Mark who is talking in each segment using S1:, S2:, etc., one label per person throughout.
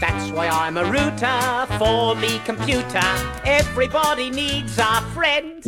S1: That's why I'm a router for me computer. Everybody needs a friend.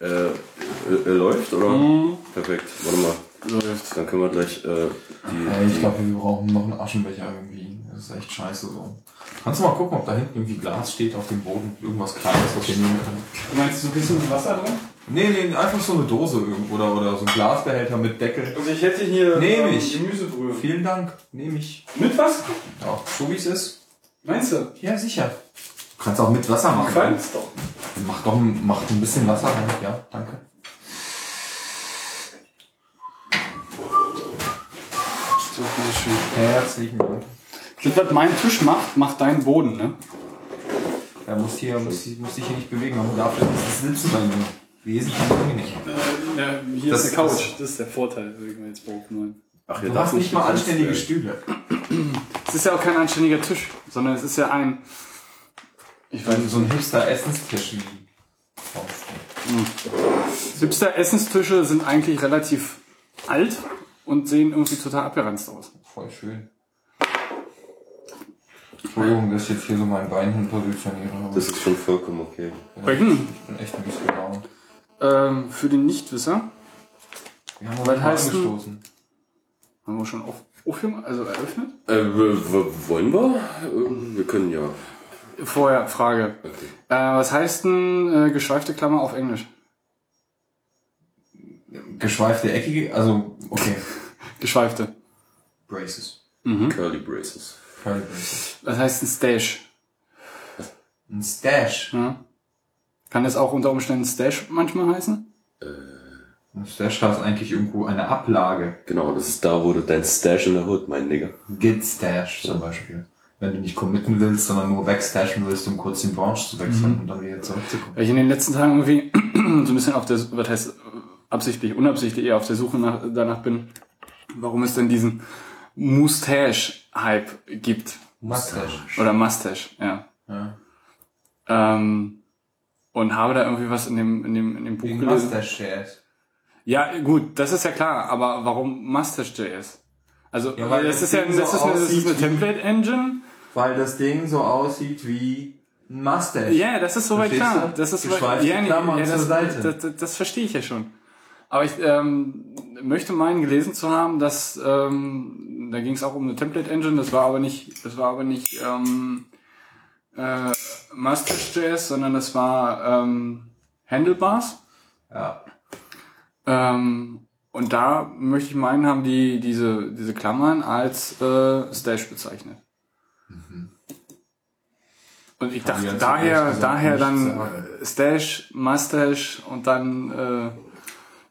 S2: Äh, äh, läuft, oder? Perfekt, warte mal.
S3: Läuft.
S2: Dann können wir gleich äh,
S3: Ja,
S2: die.
S3: ich glaube, wir brauchen noch einen Aschenbecher irgendwie. Das ist echt scheiße so. Kannst du mal gucken, ob da hinten irgendwie Glas steht auf dem Boden? Irgendwas Kleines, was wir nehmen können.
S4: Meinst du, ein bisschen mit Wasser drin?
S3: Nee, nee, einfach so eine Dose irgendwo oder, oder so ein Glasbehälter mit Deckel.
S4: Also ich hätte hier
S3: Nehm
S4: ähm,
S3: ich.
S4: Gemüsebrühe.
S3: Vielen Dank, nehme ich.
S4: Mit was?
S3: Ja, so wie es ist.
S4: Meinst du?
S3: Ja, sicher. Du kannst auch mit Wasser machen.
S4: Feins doch.
S3: Mach doch ein- mach ein bisschen Wasser rein. Ja, danke.
S4: Ist doch mal schön.
S3: Herzlichen Dank.
S4: Das, was mein Tisch macht, macht deinen Boden, ne?
S3: Er muss hier, muss, hier- muss sich hier nicht bewegen, aber dafür ist das Sitzen bei mir. Wesentlich Dinge nicht.
S4: Äh, Ja, hier
S3: Das-
S4: ist der Couch. Das ist der Vorteil, würde ich jetzt behaupten wollen.
S2: Ach,
S3: Du hast nicht mal anständige Stühle.
S4: Es ist ja auch kein anständiger Tisch, sondern es ist ja ein. Ich weiß
S3: Weil du
S4: nicht,
S3: so ein Hipster-Essenstisch wie-
S4: Hipster Essenstische sind eigentlich relativ alt und sehen irgendwie total abgeranzt aus.
S3: Voll schön. Entschuldigung, dass ich jetzt hier so mein Bein hin positioniere. aber
S2: Das ist schon vollkommen okay.
S4: Becken,
S3: Ich bin echt mies gelaunt.
S4: ähm, für den Nichtwisser,
S3: Wir haben heute
S4: heißt du?
S3: angestoßen.
S4: haben wir schon auf, aufgemacht, also eröffnet?
S2: Äh, w- w- wollen wir? Ähm, wir können ja.
S4: Vorher, Frage.
S2: Okay.
S4: Äh, was heißt denn äh, geschweifte Klammer auf Englisch?
S3: Geschweifte eckige, also, okay.
S4: Geschweifte.
S3: Braces.
S2: Curly Braces.
S3: Curly Braces.
S4: Das heißt ein Stash.
S3: Ein Stash.
S4: Ja? Kann das auch unter Umständen Stash manchmal heißen?
S3: Ein Stash heißt eigentlich irgendwo eine Ablage.
S2: Genau, das ist da, wo du dein Stash in der Hood, mein Digga.
S3: Git Stash zum Beispiel. Wenn du nicht committen willst, sondern nur wegstashen willst, um kurz den Branch zu wechseln
S4: Mhm.
S3: und dann wieder zurückzukommen.
S4: Weil ich in den letzten Tagen irgendwie so ein bisschen auf der, was heißt äh, absichtlich, unabsichtlich eher auf der Suche nach, danach bin, warum es denn diesen Mustache-Hype gibt.
S3: Mustache.
S4: Oder Mustache, ja.
S3: Ja.
S4: Ähm, und habe da irgendwie was in dem, in dem, in dem Buch
S3: Wegen
S4: gelesen.
S3: Mustache.
S4: Ja, gut, das ist ja klar, aber warum Mustache.js? Also,
S3: Ja,
S4: weil
S3: weil
S4: das
S3: das
S4: ist ja
S3: Ding
S4: das
S3: so
S4: ist eine, das ist eine
S3: aussieht wie-
S4: Template-Engine.
S3: Weil das Ding so aussieht wie ein Mustache.
S4: Ja, das ist soweit
S3: Verstehst
S4: klar.
S3: du?
S4: Das ist soweit
S3: Geschweifte
S4: ja, nee,
S3: Klammern
S4: ja, das,
S3: zur Seite.
S4: Das, das, das verstehe ich ja schon. Aber ich ähm, möchte meinen gelesen zu haben, dass ähm, da ging es auch um eine Template-Engine, das war aber nicht, das war aber nicht ähm, äh, Mustache.js, sondern das war ähm, Handlebars.
S3: Ja.
S4: Ähm, und da möchte ich meinen, haben die diese, diese Klammern als äh, Stash bezeichnet. Und Mhm. ich
S3: die
S4: dachte,
S3: jetzt
S4: daher,
S3: ehrlich gesagt
S4: daher
S3: nichts
S4: dann
S3: sagen.
S4: äh, Stash, Mustache und dann, äh,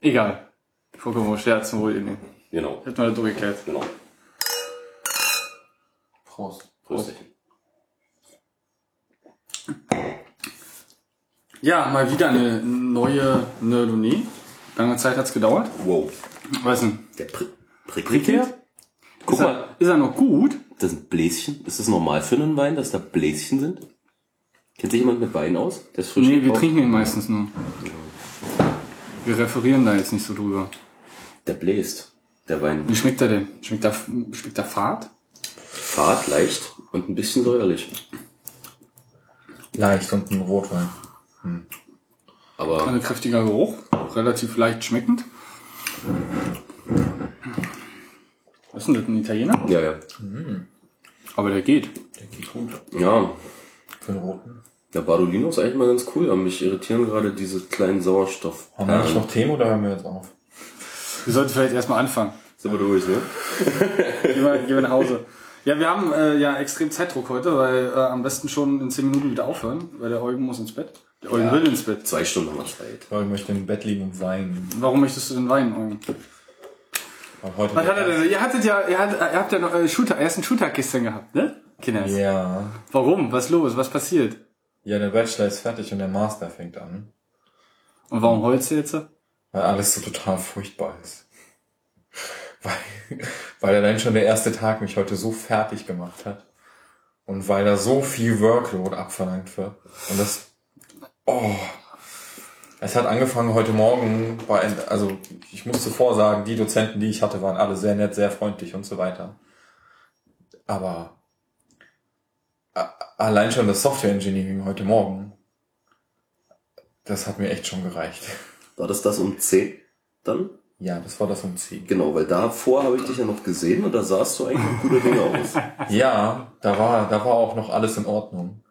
S4: egal. Vollkommen wurscht, ja, zum Wohl, ihr nehmen.
S2: Genau,
S4: Hätten wir das durchgeklärt.
S2: genau.
S3: Prost.
S2: Prost.
S4: Ja, mal wieder eine neue Nerdonie. Lange Zeit hat's gedauert.
S2: Wow.
S4: Weiß nicht.
S2: Der Pri
S4: Prickelt? Guck mal, ist er noch gut?
S2: Das sind Bläschen. Ist das normal für einen Wein, dass da Bläschen sind? Kennt sich jemand mit Wein aus? Der ist frisch
S4: Nee, wir
S2: gekauft.
S4: trinken ihn meistens nur. Wir referieren da jetzt nicht so drüber.
S2: Der bläst. Der Wein.
S4: Wie schmeckt er denn? Schmeckt er, schmeckt er fad?
S2: Fad, leicht und ein bisschen säuerlich.
S3: Leicht und ein Rotwein.
S2: Aber
S4: Also kräftiger Geruch, relativ leicht schmeckend. Was ist denn das, ein Italiener?
S2: ja, ja.
S4: Aber der geht.
S2: Ja,
S3: Für einen roten.
S2: der Badolino ist eigentlich mal ganz cool, aber mich irritieren gerade diese kleinen Sauerstoff.
S3: Haben wir nicht noch Themen oder hören wir jetzt auf?
S4: Wir sollten vielleicht erstmal anfangen.
S2: Sind wir durch, ne?
S4: Gehen wir, gehen wir nach Hause. Ja, wir haben äh, ja extrem Zeitdruck heute, weil äh, am besten schon in 10 Minuten wieder aufhören, weil der Eugen muss ins Bett. Der Eugen will ins Bett.
S2: Zwei Stunden haben wir Zeit.
S3: Ich möchte im Bett liegen und weinen.
S4: Warum möchtest du denn weinen, Eugen?
S3: Aber heute
S4: Was hat er denn? Ihr hattet ja, ihr, hat, ihr habt ja noch äh, Shooter, ersten Shooter gestern gehabt, ne? Kinder.
S3: Ja.
S4: Warum? Was los? Was passiert?
S3: Ja, der Bachelor ist fertig und der Master fängt an.
S4: Und warum heulst du jetzt?
S3: Weil alles so total furchtbar ist. Weil, weil allein schon der erste Tag mich heute so fertig gemacht hat. Und weil da so viel Workload abverlangt wird. Und das, oh. Es hat angefangen heute Morgen bei, also, ich muss zuvor sagen, die Dozenten, die ich hatte, waren alle sehr nett, sehr freundlich und so weiter. Aber a- allein schon das Software Engineering heute Morgen, das hat mir echt schon gereicht.
S2: War das das um 10 dann?
S3: Ja, das war das um 10.
S2: Genau, weil davor habe ich dich ja noch gesehen und da sahst du eigentlich guter Dinge aus.
S3: Ja, da war, da war auch noch alles in Ordnung.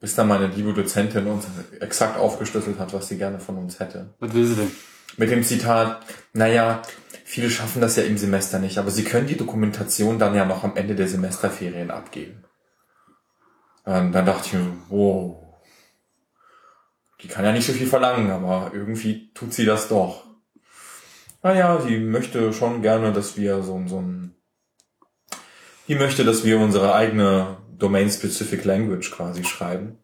S3: Bis dann meine liebe Dozentin uns exakt aufgeschlüsselt hat, was sie gerne von uns hätte.
S4: Was will sie denn?
S3: Mit dem Zitat, naja, viele schaffen das ja im Semester nicht, aber sie können die Dokumentation dann ja noch am Ende der Semesterferien abgeben. Ähm, dann dachte ich mir so, wow, die kann ja nicht so viel verlangen, aber irgendwie tut sie das doch. Naja, sie möchte schon gerne, dass wir so, ein- so ein... Die möchte, dass wir unsere eigene Domain-Specific Language quasi schreiben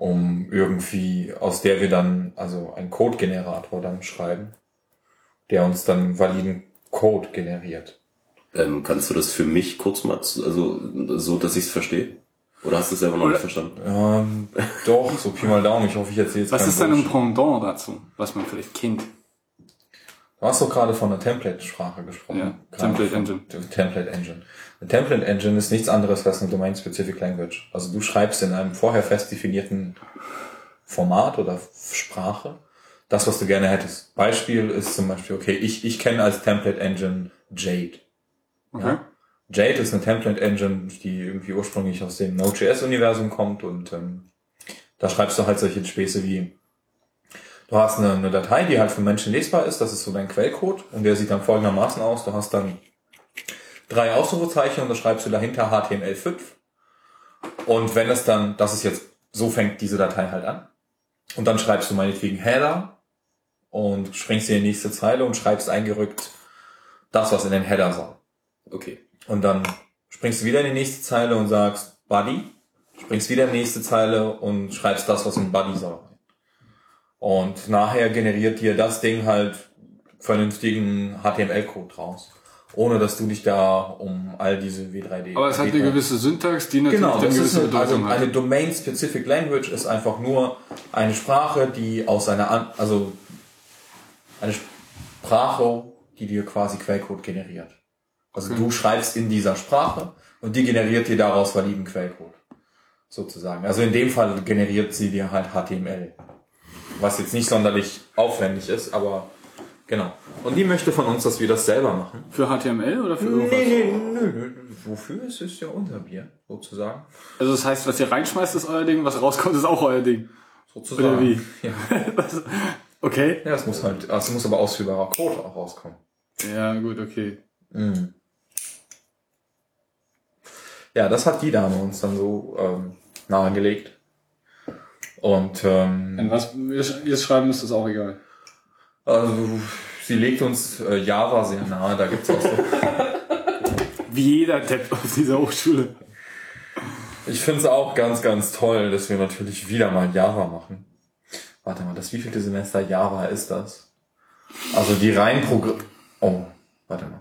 S3: um irgendwie, aus der wir dann, also einen Code-Generator dann schreiben, der uns dann validen Code generiert.
S2: Ähm, kannst du das für mich kurz mal, zu, also so, dass ich es verstehe? Oder hast du es selber noch nicht verstanden?
S3: Ähm, doch, so Pi mal Daumen, ich hoffe, ich erzähle jetzt
S4: Was
S3: keinen
S4: ist denn ein
S3: Bullshit.
S4: Pendant dazu, was man vielleicht kennt?
S3: Du hast doch gerade von einer Template-Sprache gesprochen.
S4: Ja,
S3: Gerade
S4: Template
S3: von-
S4: Engine.
S3: Die Template Engine. Eine Template Engine ist nichts anderes als eine Domain-Specific Language. Also du schreibst in einem vorher fest definierten Format oder Sprache das, was du gerne hättest. Beispiel ist zum Beispiel, okay, ich, ich kenne als Template Engine Jade.
S4: Okay.
S3: Jade ist eine Template Engine, die irgendwie ursprünglich aus dem Node.js-Universum kommt und ähm, da schreibst du halt solche Späße wie du hast eine, eine Datei, die halt für Menschen lesbar ist, das ist so dein Quellcode und der sieht dann folgendermaßen aus, du hast dann drei Ausrufezeichen und da schreibst du dahinter HTML5 und wenn es dann, das ist jetzt, so fängt diese Datei halt an und dann schreibst du meinetwegen Header und springst in die nächste Zeile und schreibst eingerückt das, was in den Header soll.
S2: Okay.
S3: Und dann springst du wieder in die nächste Zeile und sagst Buddy. Springst wieder in die nächste Zeile und schreibst das, was in Buddy soll. Und nachher generiert dir das Ding halt vernünftigen HTML-Code raus. Ohne dass du dich da um all diese W3D.
S4: Aber es hat eine
S3: W3D
S4: gewisse Syntax, die natürlich
S3: Genau,
S4: eine
S3: das ist
S4: gewisse
S3: eine, also
S4: Bedeutung
S3: eine
S4: hat.
S3: Domain-Specific Language ist einfach nur eine Sprache, die aus einer, an- also eine Sprache, die dir quasi Quellcode generiert. Also du schreibst in dieser Sprache und die generiert dir daraus validen Quellcode. Sozusagen. Also in dem Fall generiert sie dir halt HTML. Was jetzt nicht sonderlich aufwendig ist, aber genau. Und die möchte von uns, dass wir das selber machen.
S4: Für HTML oder für irgendwas?
S3: nee, nö. Wofür? Es ist ja unser Bier, sozusagen.
S4: Also das heißt, was ihr reinschmeißt, ist euer Ding, was rauskommt, ist auch euer Ding.
S3: Sozusagen.
S4: Oder wie?
S3: Ja.
S4: Das- okay.
S3: ja, es muss halt, es muss aber ausführbarer Code auch rauskommen.
S4: Ja, gut, okay.
S3: Ja, das hat die Dame uns dann so ähm, nahegelegt. Und
S4: Und
S3: ähm,
S4: was wir sch- ihr schreiben müsst, ist auch egal.
S3: also, sie legt uns äh, Java sehr nahe, da gibt's auch so.
S4: Wie jeder Depp auf dieser Hochschule.
S3: Ich find's auch ganz, ganz toll, dass wir natürlich wieder mal Java machen. Warte mal, das wievielte Semester Java ist das? Also die rein Progr Oh, warte mal.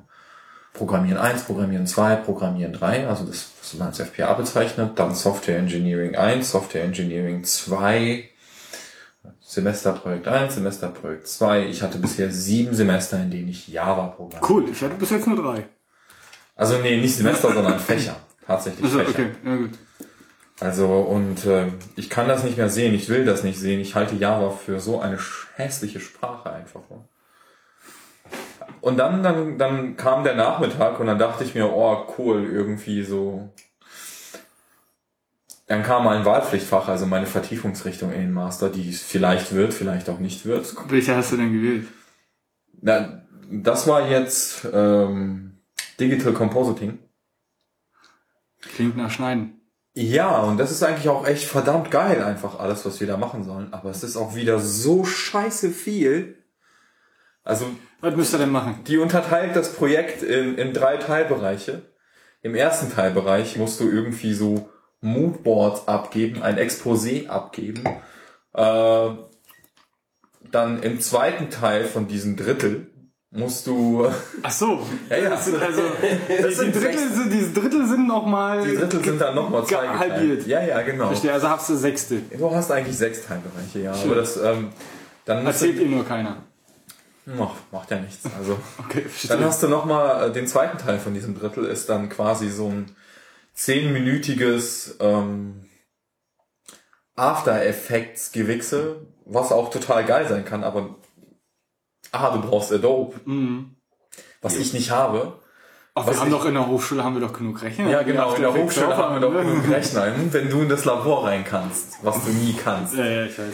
S3: Programmieren 1, Programmieren 2, Programmieren 3, also das, was man als FPA bezeichnet, dann Software Engineering 1, Software Engineering 2, Semesterprojekt 1, Semesterprojekt 2. Ich hatte bisher sieben Semester, in denen ich Java programmiere.
S4: Cool, ich hatte bis jetzt nur drei.
S3: Also nee, nicht Semester, sondern Fächer. Tatsächlich
S4: Also,
S3: Fächer.
S4: okay, ja gut.
S3: Also und äh, ich kann das nicht mehr sehen, ich will das nicht sehen. Ich halte Java für so eine sch- hässliche Sprache einfach. nur. Und dann, dann, dann kam der Nachmittag und dann dachte ich mir, oh cool, irgendwie so. Dann kam mein Wahlpflichtfach, also meine Vertiefungsrichtung in den Master, die es vielleicht wird, vielleicht auch nicht wird.
S4: Welche hast du denn gewählt?
S3: Na, das war jetzt ähm, Digital Compositing.
S4: Klingt nach Schneiden.
S3: Ja, und das ist eigentlich auch echt verdammt geil, einfach alles, was wir da machen sollen. Aber es ist auch wieder so scheiße viel. Also,
S4: Was müsst ihr denn machen?
S3: die unterteilt das Projekt in, in drei Teilbereiche. Im ersten Teilbereich musst du irgendwie so Moodboards abgeben, ein Exposé abgeben. Äh, dann im zweiten Teil von diesem Drittel musst du
S4: Ach so.
S3: Ja, ja.
S4: Das sind also, das sind Drittel, sind, diese Drittel sind nochmal.
S3: die Drittel sind dann nochmal zweigeteilt.
S4: halbiert.
S3: Ja, ja, genau.
S4: Verstehe, also hast du Sechstel.
S3: Du hast eigentlich sechs Teilbereiche, ja.
S4: Schön.
S3: Aber das, ähm, dann musst
S4: Erzählt
S3: du,
S4: ihr nur keiner.
S3: Ach, macht ja nichts. Also
S4: Okay, verstehe.
S3: Dann hast du nochmal äh, den zweiten Teil von diesem Drittel, ist dann quasi so ein zehnminütiges ähm, After Effects Gewichse, was auch total geil sein kann, aber ah, du brauchst Adobe,
S4: mhm.
S3: was ich nicht habe.
S4: Ach,
S3: Was
S4: wir haben
S3: ich-
S4: doch in der Hochschule haben wir doch genug Rechner.
S3: Ja, genau,
S4: Auf
S3: in der
S4: Weg
S3: Hochschule
S4: drauf
S3: haben wir doch
S4: ne?
S3: genug Rechner, hm, wenn du in das Labor rein kannst, was du nie kannst.
S4: Ja, ja, ich weiß.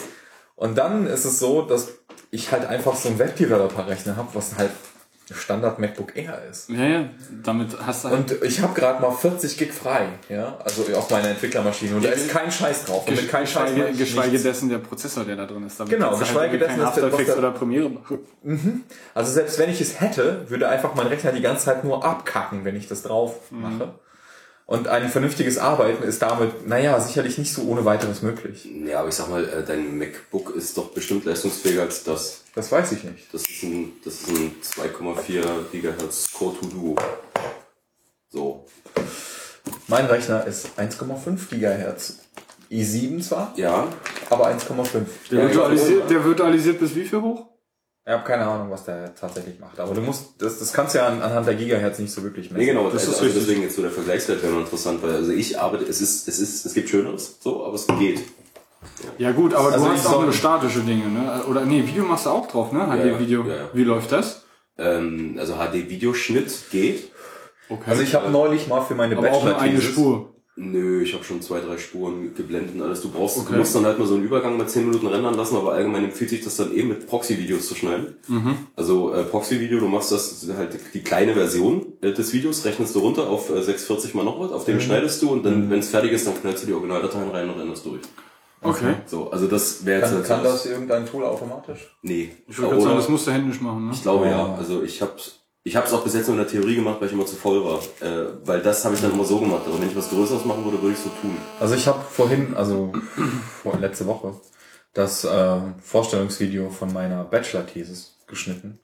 S3: Und dann ist es so, dass ich halt einfach so einen Webdeveloper-Rechner habe, was halt Standard MacBook Air ist.
S4: Ja, ja, damit hast du halt.
S3: Und ich habe gerade mal 40 Gig frei, ja, also auf meiner Entwicklermaschine. Und da ist kein Scheiß drauf. Mhm. Und mit kein Scheiß meine
S4: geschweige,
S3: ich
S4: geschweige
S3: nichts.
S4: dessen der Prozessor, der da drin ist. Damit
S3: Genau,
S4: kannst du
S3: geschweige
S4: irgendwie
S3: dessen,
S4: kein
S3: dass der-
S4: After Effects
S3: was da-
S4: oder Premiere machen.
S3: Also selbst wenn ich es hätte, würde einfach mein Rechner die ganze Zeit nur abkacken, wenn ich das drauf mache. Und ein vernünftiges Arbeiten ist damit, naja, sicherlich nicht so ohne weiteres möglich.
S2: Ja, aber ich sag mal, äh, dein MacBook ist doch bestimmt leistungsfähiger als das.
S3: Das weiß ich nicht.
S2: Das ist ein, das ist ein 2,4 GHz Core 2 Duo. So.
S3: Mein Rechner ist 1,5 Gigahertz. i7 zwar,
S2: Ja,
S3: aber 1,5.
S4: Der,
S2: Ja,
S4: virtualisiert, der virtualisiert bis wie viel hoch?
S3: Ich habe keine Ahnung, was der tatsächlich macht. Aber du musst, das, das kannst du ja an, anhand der Gigahertz nicht so wirklich messen.
S2: Nee, genau,
S4: Das
S2: das
S4: ist
S2: also, also
S4: richtig.
S2: deswegen jetzt so der Vergleichswert wäre mal interessant, weil also ich arbeite, es ist, es ist, es gibt Schöneres, so, aber es geht.
S4: Ja gut, aber
S3: Also
S4: du
S3: ich
S4: hast auch
S3: soll-
S4: nur statische Dinge, ne? Oder nee, Video machst du auch drauf, ne?
S2: ja,
S4: HD-Video.
S2: ja, ja.
S4: Wie läuft das?
S2: Ähm, also HD-Videoschnitt geht.
S4: Okay.
S3: Also ich habe neulich mal für meine
S4: aber auch nur eine
S3: Bachelor-Thesis-
S4: Spur.
S2: Nö, ich habe schon zwei, drei Spuren geblendet und alles. Du brauchst,
S4: Okay.
S2: du musst dann halt mal so einen Übergang mal 10 Minuten rendern lassen, aber allgemein empfiehlt sich das dann eben mit Proxy-Videos zu schneiden.
S4: Mhm.
S2: Also äh, Proxy-Video, du machst das halt die kleine Version äh, des Videos, rechnest du runter auf äh, 640 mal noch was,
S4: Mhm.
S2: auf dem schneidest du und dann, wenn es fertig ist, dann knallst du die Originaldateien rein und renderst durch.
S4: Okay.
S2: So, also das wäre jetzt
S3: Kann,
S2: halt
S3: kann
S2: so-
S3: das irgendein Tool automatisch?
S2: Nee.
S4: Ich würde gerade sagen, das musst du händisch machen, ne?
S2: Ich glaube ja.
S3: Ja.
S2: Also ich habe ich hab's auch bis jetzt nur in der Theorie gemacht, weil ich immer zu voll war. Äh, weil das habe ich dann immer so gemacht. Aber wenn ich was Größeres machen würde, würde ich so tun.
S3: Also ich habe vorhin, also vor, letzte Woche, das äh, Vorstellungsvideo von meiner Bachelor-Thesis geschnitten.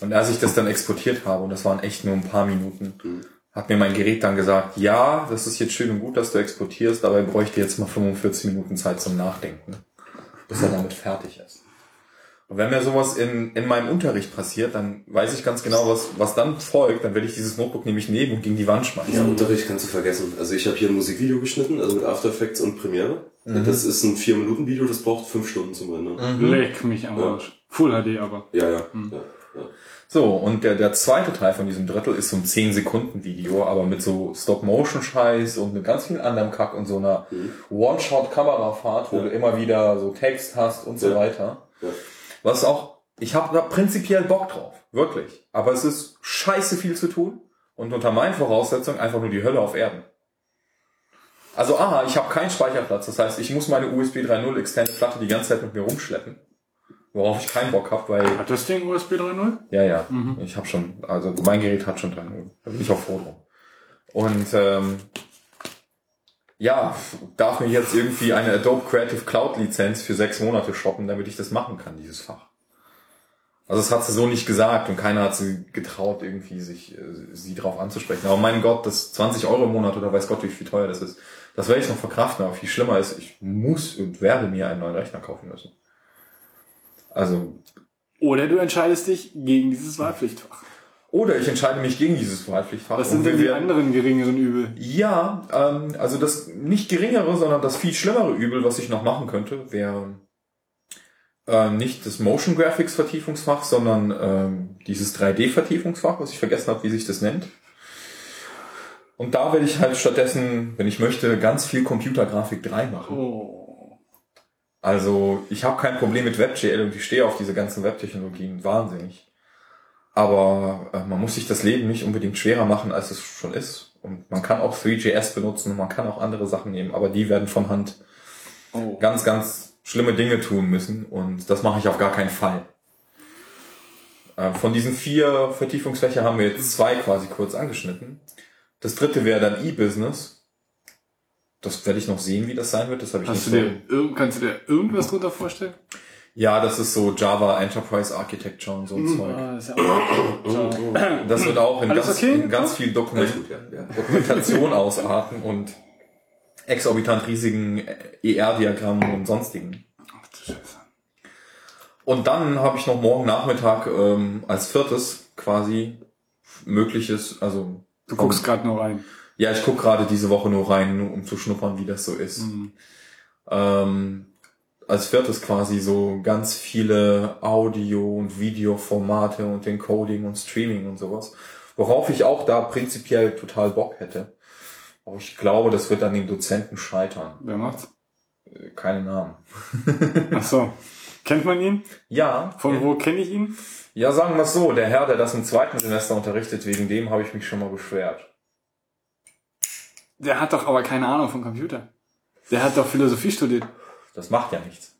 S3: Und als ich das dann exportiert habe, und das waren echt nur ein paar Minuten, hat mir mein Gerät dann gesagt, ja, das ist jetzt schön und gut, dass du exportierst, aber ich bräuchte jetzt mal 45 Minuten Zeit zum Nachdenken, bis er damit fertig ist. Und wenn mir sowas in, in meinem Unterricht passiert, dann weiß ich ganz genau, was, was dann folgt. Dann werde ich dieses Notebook nämlich nehmen und gegen die Wand schmeißen.
S2: Ja, Unterricht kannst du vergessen. Also ich habe hier ein Musikvideo geschnitten, also mit After Effects und Premiere. Das ist ein 4-Minuten-Video, das braucht 5 Stunden zum Rendern.
S4: Leck mich am
S2: Ja.
S4: Arsch. Full HD aber.
S2: Ja, ja, ja, ja.
S3: So, und der, der zweite Teil von diesem Drittel ist so ein 10-Sekunden-Video, aber mit so Stop-Motion-Scheiß und mit ganz viel anderem Kack und so einer One-Shot-Kamerafahrt, wo
S2: Mhm. Ja.
S3: du immer wieder so Text hast und so
S2: Ja.
S3: weiter.
S2: Ja.
S3: Was auch, ich habe da prinzipiell Bock drauf, wirklich. Aber es ist scheiße viel zu tun und unter meinen Voraussetzungen einfach nur die Hölle auf Erden. Also, aha, ich habe keinen Speicherplatz, das heißt, ich muss meine USB 3.0 externe Platte die ganze Zeit mit mir rumschleppen, worauf ich keinen Bock habe, weil
S4: Hat das Ding USB 3.0?
S3: ja, ja. Ich habe schon, also mein Gerät hat schon dran. Da bin ich auch froh drum. Und ähm, ja, darf mir jetzt irgendwie eine Adobe Creative Cloud Lizenz für sechs Monate shoppen, damit ich das machen kann, dieses Fach. Also das hat sie so nicht gesagt und keiner hat sie getraut, irgendwie sich äh, sie drauf anzusprechen. Aber mein Gott, das 20 Euro im Monat oder weiß Gott, wie viel teuer das ist, das werde ich noch verkraften. Aber viel schlimmer ist, ich muss und werde mir einen neuen Rechner kaufen müssen. Also
S4: Oder du entscheidest dich gegen dieses Wahlpflichtfach.
S3: Oder ich entscheide mich gegen dieses Wahlpflichtfach.
S4: Was
S3: Und
S4: sind
S3: wir
S4: denn die
S3: werden-
S4: anderen geringeren Übel?
S3: Ja, ähm, also das nicht geringere, sondern das viel schlimmere Übel, was ich noch machen könnte, wäre ähm, nicht das Motion Graphics Vertiefungsfach, sondern ähm, dieses 3D Vertiefungsfach, was ich vergessen habe, wie sich das nennt. Und da werde ich halt stattdessen, wenn ich möchte, ganz viel Computergrafik 3 machen.
S4: Oh.
S3: Also ich habe kein Problem mit WebGL und ich stehe auf diese ganzen Webtechnologien wahnsinnig. Aber äh, man muss sich das Leben nicht unbedingt schwerer machen, als es schon ist. Und man kann auch 3GS benutzen und man kann auch andere Sachen nehmen, aber die werden von Hand
S4: oh.
S3: ganz, ganz schlimme Dinge tun müssen und das mache ich auf gar keinen Fall. Äh, Von diesen vier Vertiefungsfächer haben wir jetzt zwei quasi kurz angeschnitten. Das dritte wäre dann E-Business. Das werde ich noch sehen, wie das sein wird. Das habe ich
S4: Hast du
S3: nicht so-
S4: dir, irg- kannst du dir irgendwas drunter vorstellen?
S3: Ja, das ist so Java Enterprise Architecture und so ein Zeug.
S4: Ah, ist ja auch-
S3: Das wird auch in
S4: Alles
S3: ganz,
S4: okay?
S3: in ganz viel Dokument,
S2: Alles gut, ja, ja.
S3: Dokumentation ausarten und exorbitant riesigen ER-Diagrammen und sonstigen.
S4: Ach du Scheiße.
S3: Und dann habe ich noch morgen Nachmittag ähm, als viertes quasi mögliches, also
S4: Du guckst gerade nur rein.
S3: ja, ich gucke gerade diese Woche nur rein, nur um zu schnuppern, wie das so ist.
S4: Mhm.
S3: ähm, als viertes quasi so ganz viele Audio- und Videoformate und Encoding und Streaming und sowas. Worauf ich auch da prinzipiell total Bock hätte. Aber ich glaube, das wird an den Dozenten scheitern.
S4: Wer macht's?
S3: Äh, Keine Namen.
S4: Ach so. Kennt man ihn?
S3: Ja,
S4: Von wo kenne ich ihn?
S3: ja, sagen wir es so, der Herr, der das im zweiten Semester unterrichtet, wegen dem habe ich mich schon mal beschwert.
S4: Der hat doch aber keine Ahnung vom Computer. Der hat doch Philosophie studiert.
S3: Das macht ja nichts.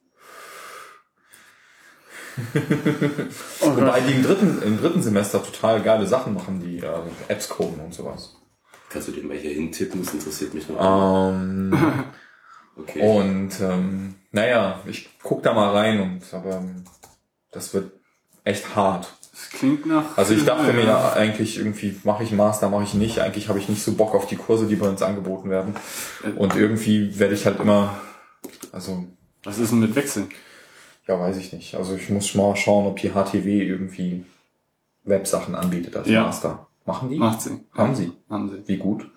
S4: Oh
S3: Wobei die im dritten, im dritten Semester total geile Sachen machen, die äh, Apps coden und sowas.
S2: Kannst du den mal hier hintippen? Das interessiert mich noch.
S3: Ähm,
S2: Okay.
S3: Und ähm, naja, ich guck da mal rein und aber ähm, das wird echt hart.
S4: Das klingt nach.
S3: Also ich dachte mir ja eigentlich irgendwie mache ich Master, mache ich nicht. Eigentlich habe ich nicht so Bock auf die Kurse, die bei uns angeboten werden. Und irgendwie werde ich halt immer, also
S4: Was ist denn mit Wechseln?
S3: ja, weiß ich nicht. Also ich muss mal schauen, ob die HTW irgendwie Websachen anbietet als
S4: Ja.
S3: Master. Machen die?
S4: Macht sie.
S3: Haben sie?
S4: Haben sie.
S3: Wie gut?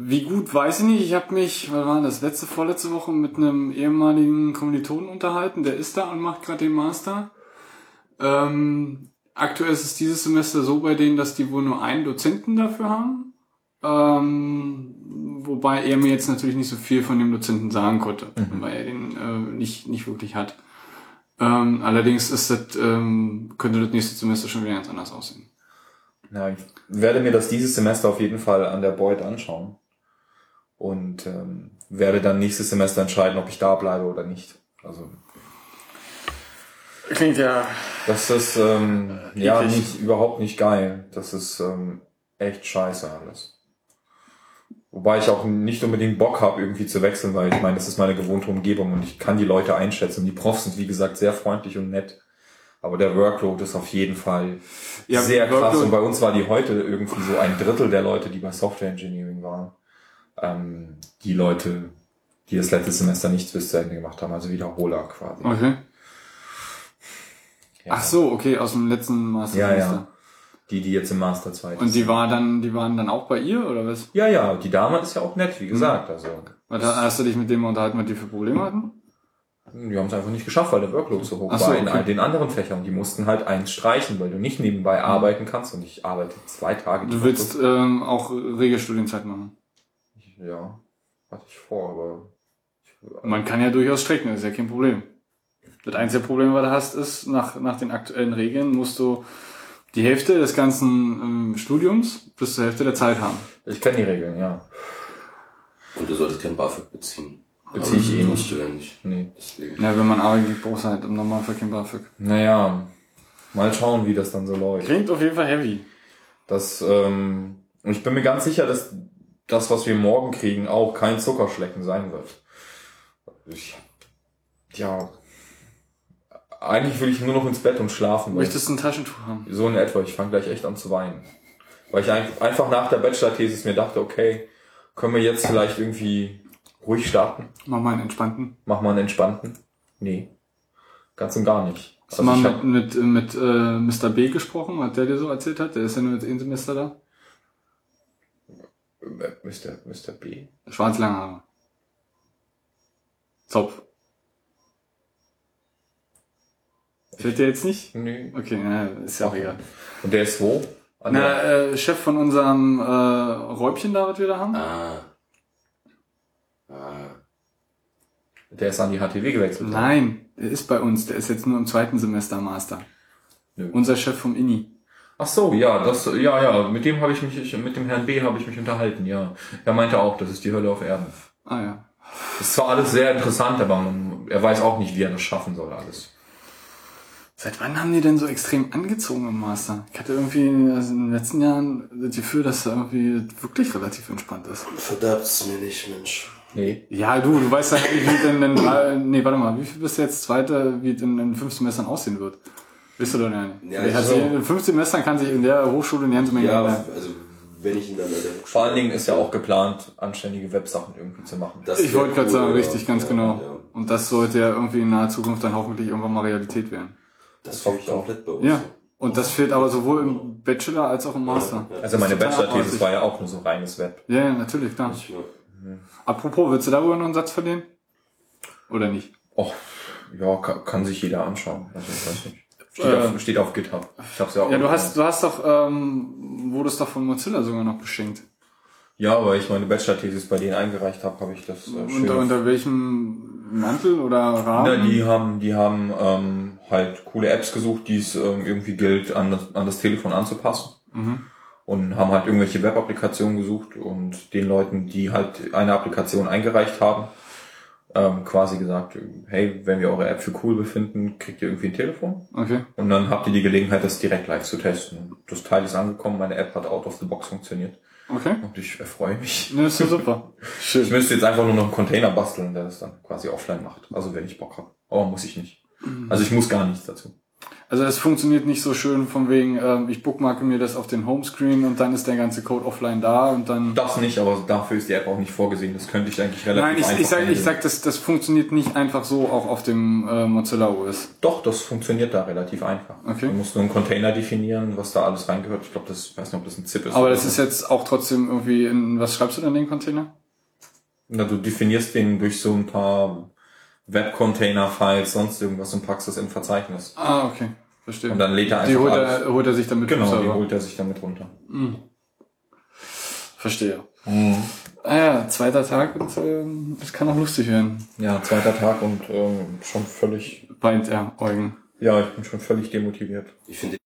S4: Wie gut, weiß ich nicht. Ich habe mich, was war das, letzte, vorletzte Woche mit einem ehemaligen Kommilitonen unterhalten. Der ist da und macht gerade den Master. Ähm, aktuell ist es dieses Semester so bei denen, dass die wohl nur einen Dozenten dafür haben. Ähm, wobei er mir jetzt natürlich nicht so viel von dem Dozenten sagen konnte,
S3: Mhm.
S4: weil er den äh, nicht, nicht wirklich hat. Ähm, allerdings ist das, ähm, könnte das nächste Semester schon wieder ganz anders aussehen.
S3: Ja, ich werde mir das dieses Semester auf jeden Fall an der Beuth anschauen und ähm, werde dann nächstes Semester entscheiden, ob ich da bleibe oder nicht. Also
S4: Klingt ja
S3: das ist ähm, ja
S4: Äh, eklig.
S3: nicht, überhaupt nicht geil. Das ist ähm, echt scheiße alles. Wobei ich auch nicht unbedingt Bock habe, irgendwie zu wechseln, weil ich meine, das ist meine gewohnte Umgebung und ich kann die Leute einschätzen. Die Profs sind, wie gesagt, sehr freundlich und nett. Aber der Workload ist auf jeden Fall
S4: Ja,
S3: sehr krass.
S4: Workload-
S3: Und bei uns war die heute irgendwie so ein Drittel der Leute, die bei Software Engineering waren. Ähm, die Leute, die das letzte Semester nichts bis zu Ende gemacht haben, also Wiederholer quasi.
S4: Okay.
S3: Ja.
S4: Ach so, okay, aus dem letzten Master.
S3: Ja, ja. Die, die jetzt im Master 2
S4: Und die war dann, die waren dann auch bei ihr oder was?
S3: Ja, ja, die Dame ist ja auch nett, wie
S4: Hm.
S3: gesagt. Also,
S4: Was hast du dich mit dem unterhalten, was die für Probleme hatten?
S3: wir haben es einfach nicht geschafft, weil der Workload so hoch
S4: Ach so,
S3: war in
S4: okay.
S3: all den anderen Fächern. Die mussten halt eins streichen, weil du nicht nebenbei arbeiten kannst und ich arbeite zwei Tage. die
S4: Hm. Du willst ähm, auch Regelstudienzeit machen.
S3: Woche. Ja, hatte ich vor, aber.
S4: Man kann ja durchaus strecken, das ist ja kein Problem. Das einzige Problem, was du hast, ist, nach, nach den aktuellen Regeln musst du die Hälfte des ganzen ähm, Studiums bis zur Hälfte der Zeit haben.
S3: Ich kenne die Regeln, ja.
S2: Und du solltest kein BAföG beziehen.
S3: Beziehe ich eh
S4: Also,
S2: Aber
S3: nicht.
S2: Musst du ja nicht.
S3: Nee.
S2: Deswegen.
S4: Ja, wenn man arbeiten geht, brauchst du halt im Normalfall kein BAföG.
S3: Naja, mal schauen, wie das dann so läuft.
S4: Klingt auf jeden Fall heavy.
S3: Das, ähm, und ich bin mir ganz sicher, dass das, was wir morgen kriegen, auch kein Zuckerschlecken sein wird. Ich, ja, eigentlich will ich nur noch ins Bett und schlafen. weil-
S4: Möchtest du ein Taschentuch haben?
S3: so in etwa, ich fange gleich echt an zu weinen. Weil ich ein- einfach nach der Bachelor-Thesis mir dachte, okay, können wir jetzt vielleicht irgendwie ruhig starten?
S4: Mach mal einen entspannten.
S3: Mach mal einen entspannten? Nee, ganz und gar nicht. Also
S4: Hast du mal
S3: ich
S4: mit,
S3: hab-
S4: mit, mit äh, Mr. B gesprochen, was der dir so erzählt hat? Der ist ja nur jetzt ein Semester da.
S3: Mr. Mr. äh, B.
S4: Schwarz, lange Haare. Zopf. Fällt dir jetzt nicht?
S3: Nee.
S4: Okay, na, ist ja auch egal.
S3: Und der ist wo? An
S4: Na, äh, Chef von unserem äh, Räubchen da, was wir da haben?
S2: Ah. Ah.
S3: der, der ist an die HTW gewechselt.
S4: Nein, der ist bei uns. Der ist jetzt nur im zweiten Semester Master.
S3: Nö.
S4: Unser Chef vom Inni.
S3: Ach so, ja, das, ja, ja, mit dem habe ich mich, ich- mit dem Herrn B. habe ich mich unterhalten, ja. Er meinte auch, das ist die Hölle auf Erden.
S4: Ah ja.
S3: Das ist zwar alles sehr interessant, aber man, er weiß auch nicht, wie er das schaffen soll, alles.
S4: Seit wann haben die denn so extrem angezogen im Master? Ich hatte irgendwie also in den letzten Jahren das Gefühl, dass da irgendwie wirklich relativ entspannt ist.
S2: Verderbt's mir nicht, Mensch.
S3: Nee.
S4: Ja, du, du weißt ja nicht, wie es in den drei, nee, warte mal, wie viel bist du jetzt Zweiter, wie es in den fünf Semestern aussehen wird? Bist du doch ja nicht.
S2: Ja,
S4: Der
S2: ich
S4: hat
S2: so.
S4: sich, in fünf Semestern kann sich in der Hochschule eine ganze Menge
S2: Ja,
S4: ändern.
S2: also wenn ich ihn dann leider
S3: Vor allen Dingen ist ja auch geplant, anständige Websachen irgendwie zu machen.
S2: Das
S4: Ich
S2: wär
S4: wollte gerade
S2: cool,
S4: sagen,
S2: ja.
S4: richtig, ganz
S2: Ja,
S4: genau.
S2: ja.
S4: Und das sollte ja irgendwie in naher Zukunft dann hoffentlich irgendwann mal Realität werden.
S2: Das hoffe ich komplett bei uns.
S4: Ja. Und das fehlt aber sowohl im Bachelor als auch im Master.
S3: Also meine
S4: total
S3: Bachelor-Thesis
S4: abartig.
S3: war ja auch nur so reines Web.
S4: Ja, ja, natürlich, klar.
S2: Ja.
S4: Apropos, willst du darüber noch einen Satz verlieren? Oder nicht?
S3: Och, ja, kann, kann sich jeder anschauen. Also, ich weiß nicht. Steht,
S4: Äh.
S3: auf, steht auf GitHub. Ich hab's ja auch.
S4: Ja, du
S3: getan.
S4: hast, du hast doch, ähm, wurdest doch von Mozilla sogar noch beschenkt.
S3: Ja, weil ich meine Bachelor-Thesis bei denen eingereicht habe, habe ich das äh, schön.
S4: Unter, unter welchem Mantel oder
S3: Na,
S4: Rahmen?
S3: die haben, die haben ähm, halt coole Apps gesucht, die es ähm, irgendwie gilt, an das, an das Telefon anzupassen. Und haben halt irgendwelche Web-Applikationen gesucht und den Leuten, die halt eine Applikation eingereicht haben, ähm, quasi gesagt, hey, wenn wir eure App für cool befinden, kriegt ihr irgendwie ein Telefon.
S4: Okay.
S3: Und dann habt ihr die Gelegenheit, das direkt live zu testen. Das Teil ist angekommen, meine App hat out of the box funktioniert.
S4: Okay.
S3: Und ich erfreue mich.
S4: Ne, ist ja super.
S3: Ich
S4: Schön.
S3: müsste jetzt einfach nur noch einen Container basteln, der das dann quasi offline macht. Also wenn ich Bock habe. Aber muss ich nicht.
S4: Mhm.
S3: Also ich muss gar nichts dazu.
S4: Also es funktioniert nicht so schön von wegen, ähm, ich bookmarke mir das auf den Homescreen und dann ist der ganze Code offline da und dann...
S3: Das nicht, aber dafür ist die App auch nicht vorgesehen. Das könnte ich eigentlich relativ
S4: Nein, ich,
S3: einfach
S4: ich sag, ich
S3: handeln.
S4: sag das, das funktioniert nicht einfach so auch auf dem äh, Mozilla OS.
S3: Doch, das funktioniert da relativ einfach.
S4: Okay.
S3: Man muss nur einen Container definieren, was da alles reingehört. Ich glaube, das, ich weiß nicht, ob das ein ZIP ist.
S4: Aber
S3: oder
S4: das
S3: so.
S4: ist jetzt auch trotzdem irgendwie in, was schreibst du denn in den Container?
S3: Na, du definierst den durch so ein paar Web-Container-Files, sonst irgendwas und packst das im Verzeichnis.
S4: Ah, okay. Verstehe.
S3: Und dann lädt er
S4: die
S3: einfach
S4: holt
S3: alles.
S4: er, holt er sich dann mit vom
S3: Genau, die
S4: Server.
S3: holt er sich damit runter.
S4: Verstehe.
S3: Mhm.
S4: Ah ja, zweiter Tag und ähm, das kann auch lustig werden.
S3: Ja, zweiter Tag und ähm, schon völlig,
S4: Weint er Eugen.
S3: ja, ich bin schon völlig demotiviert.
S2: Ich finde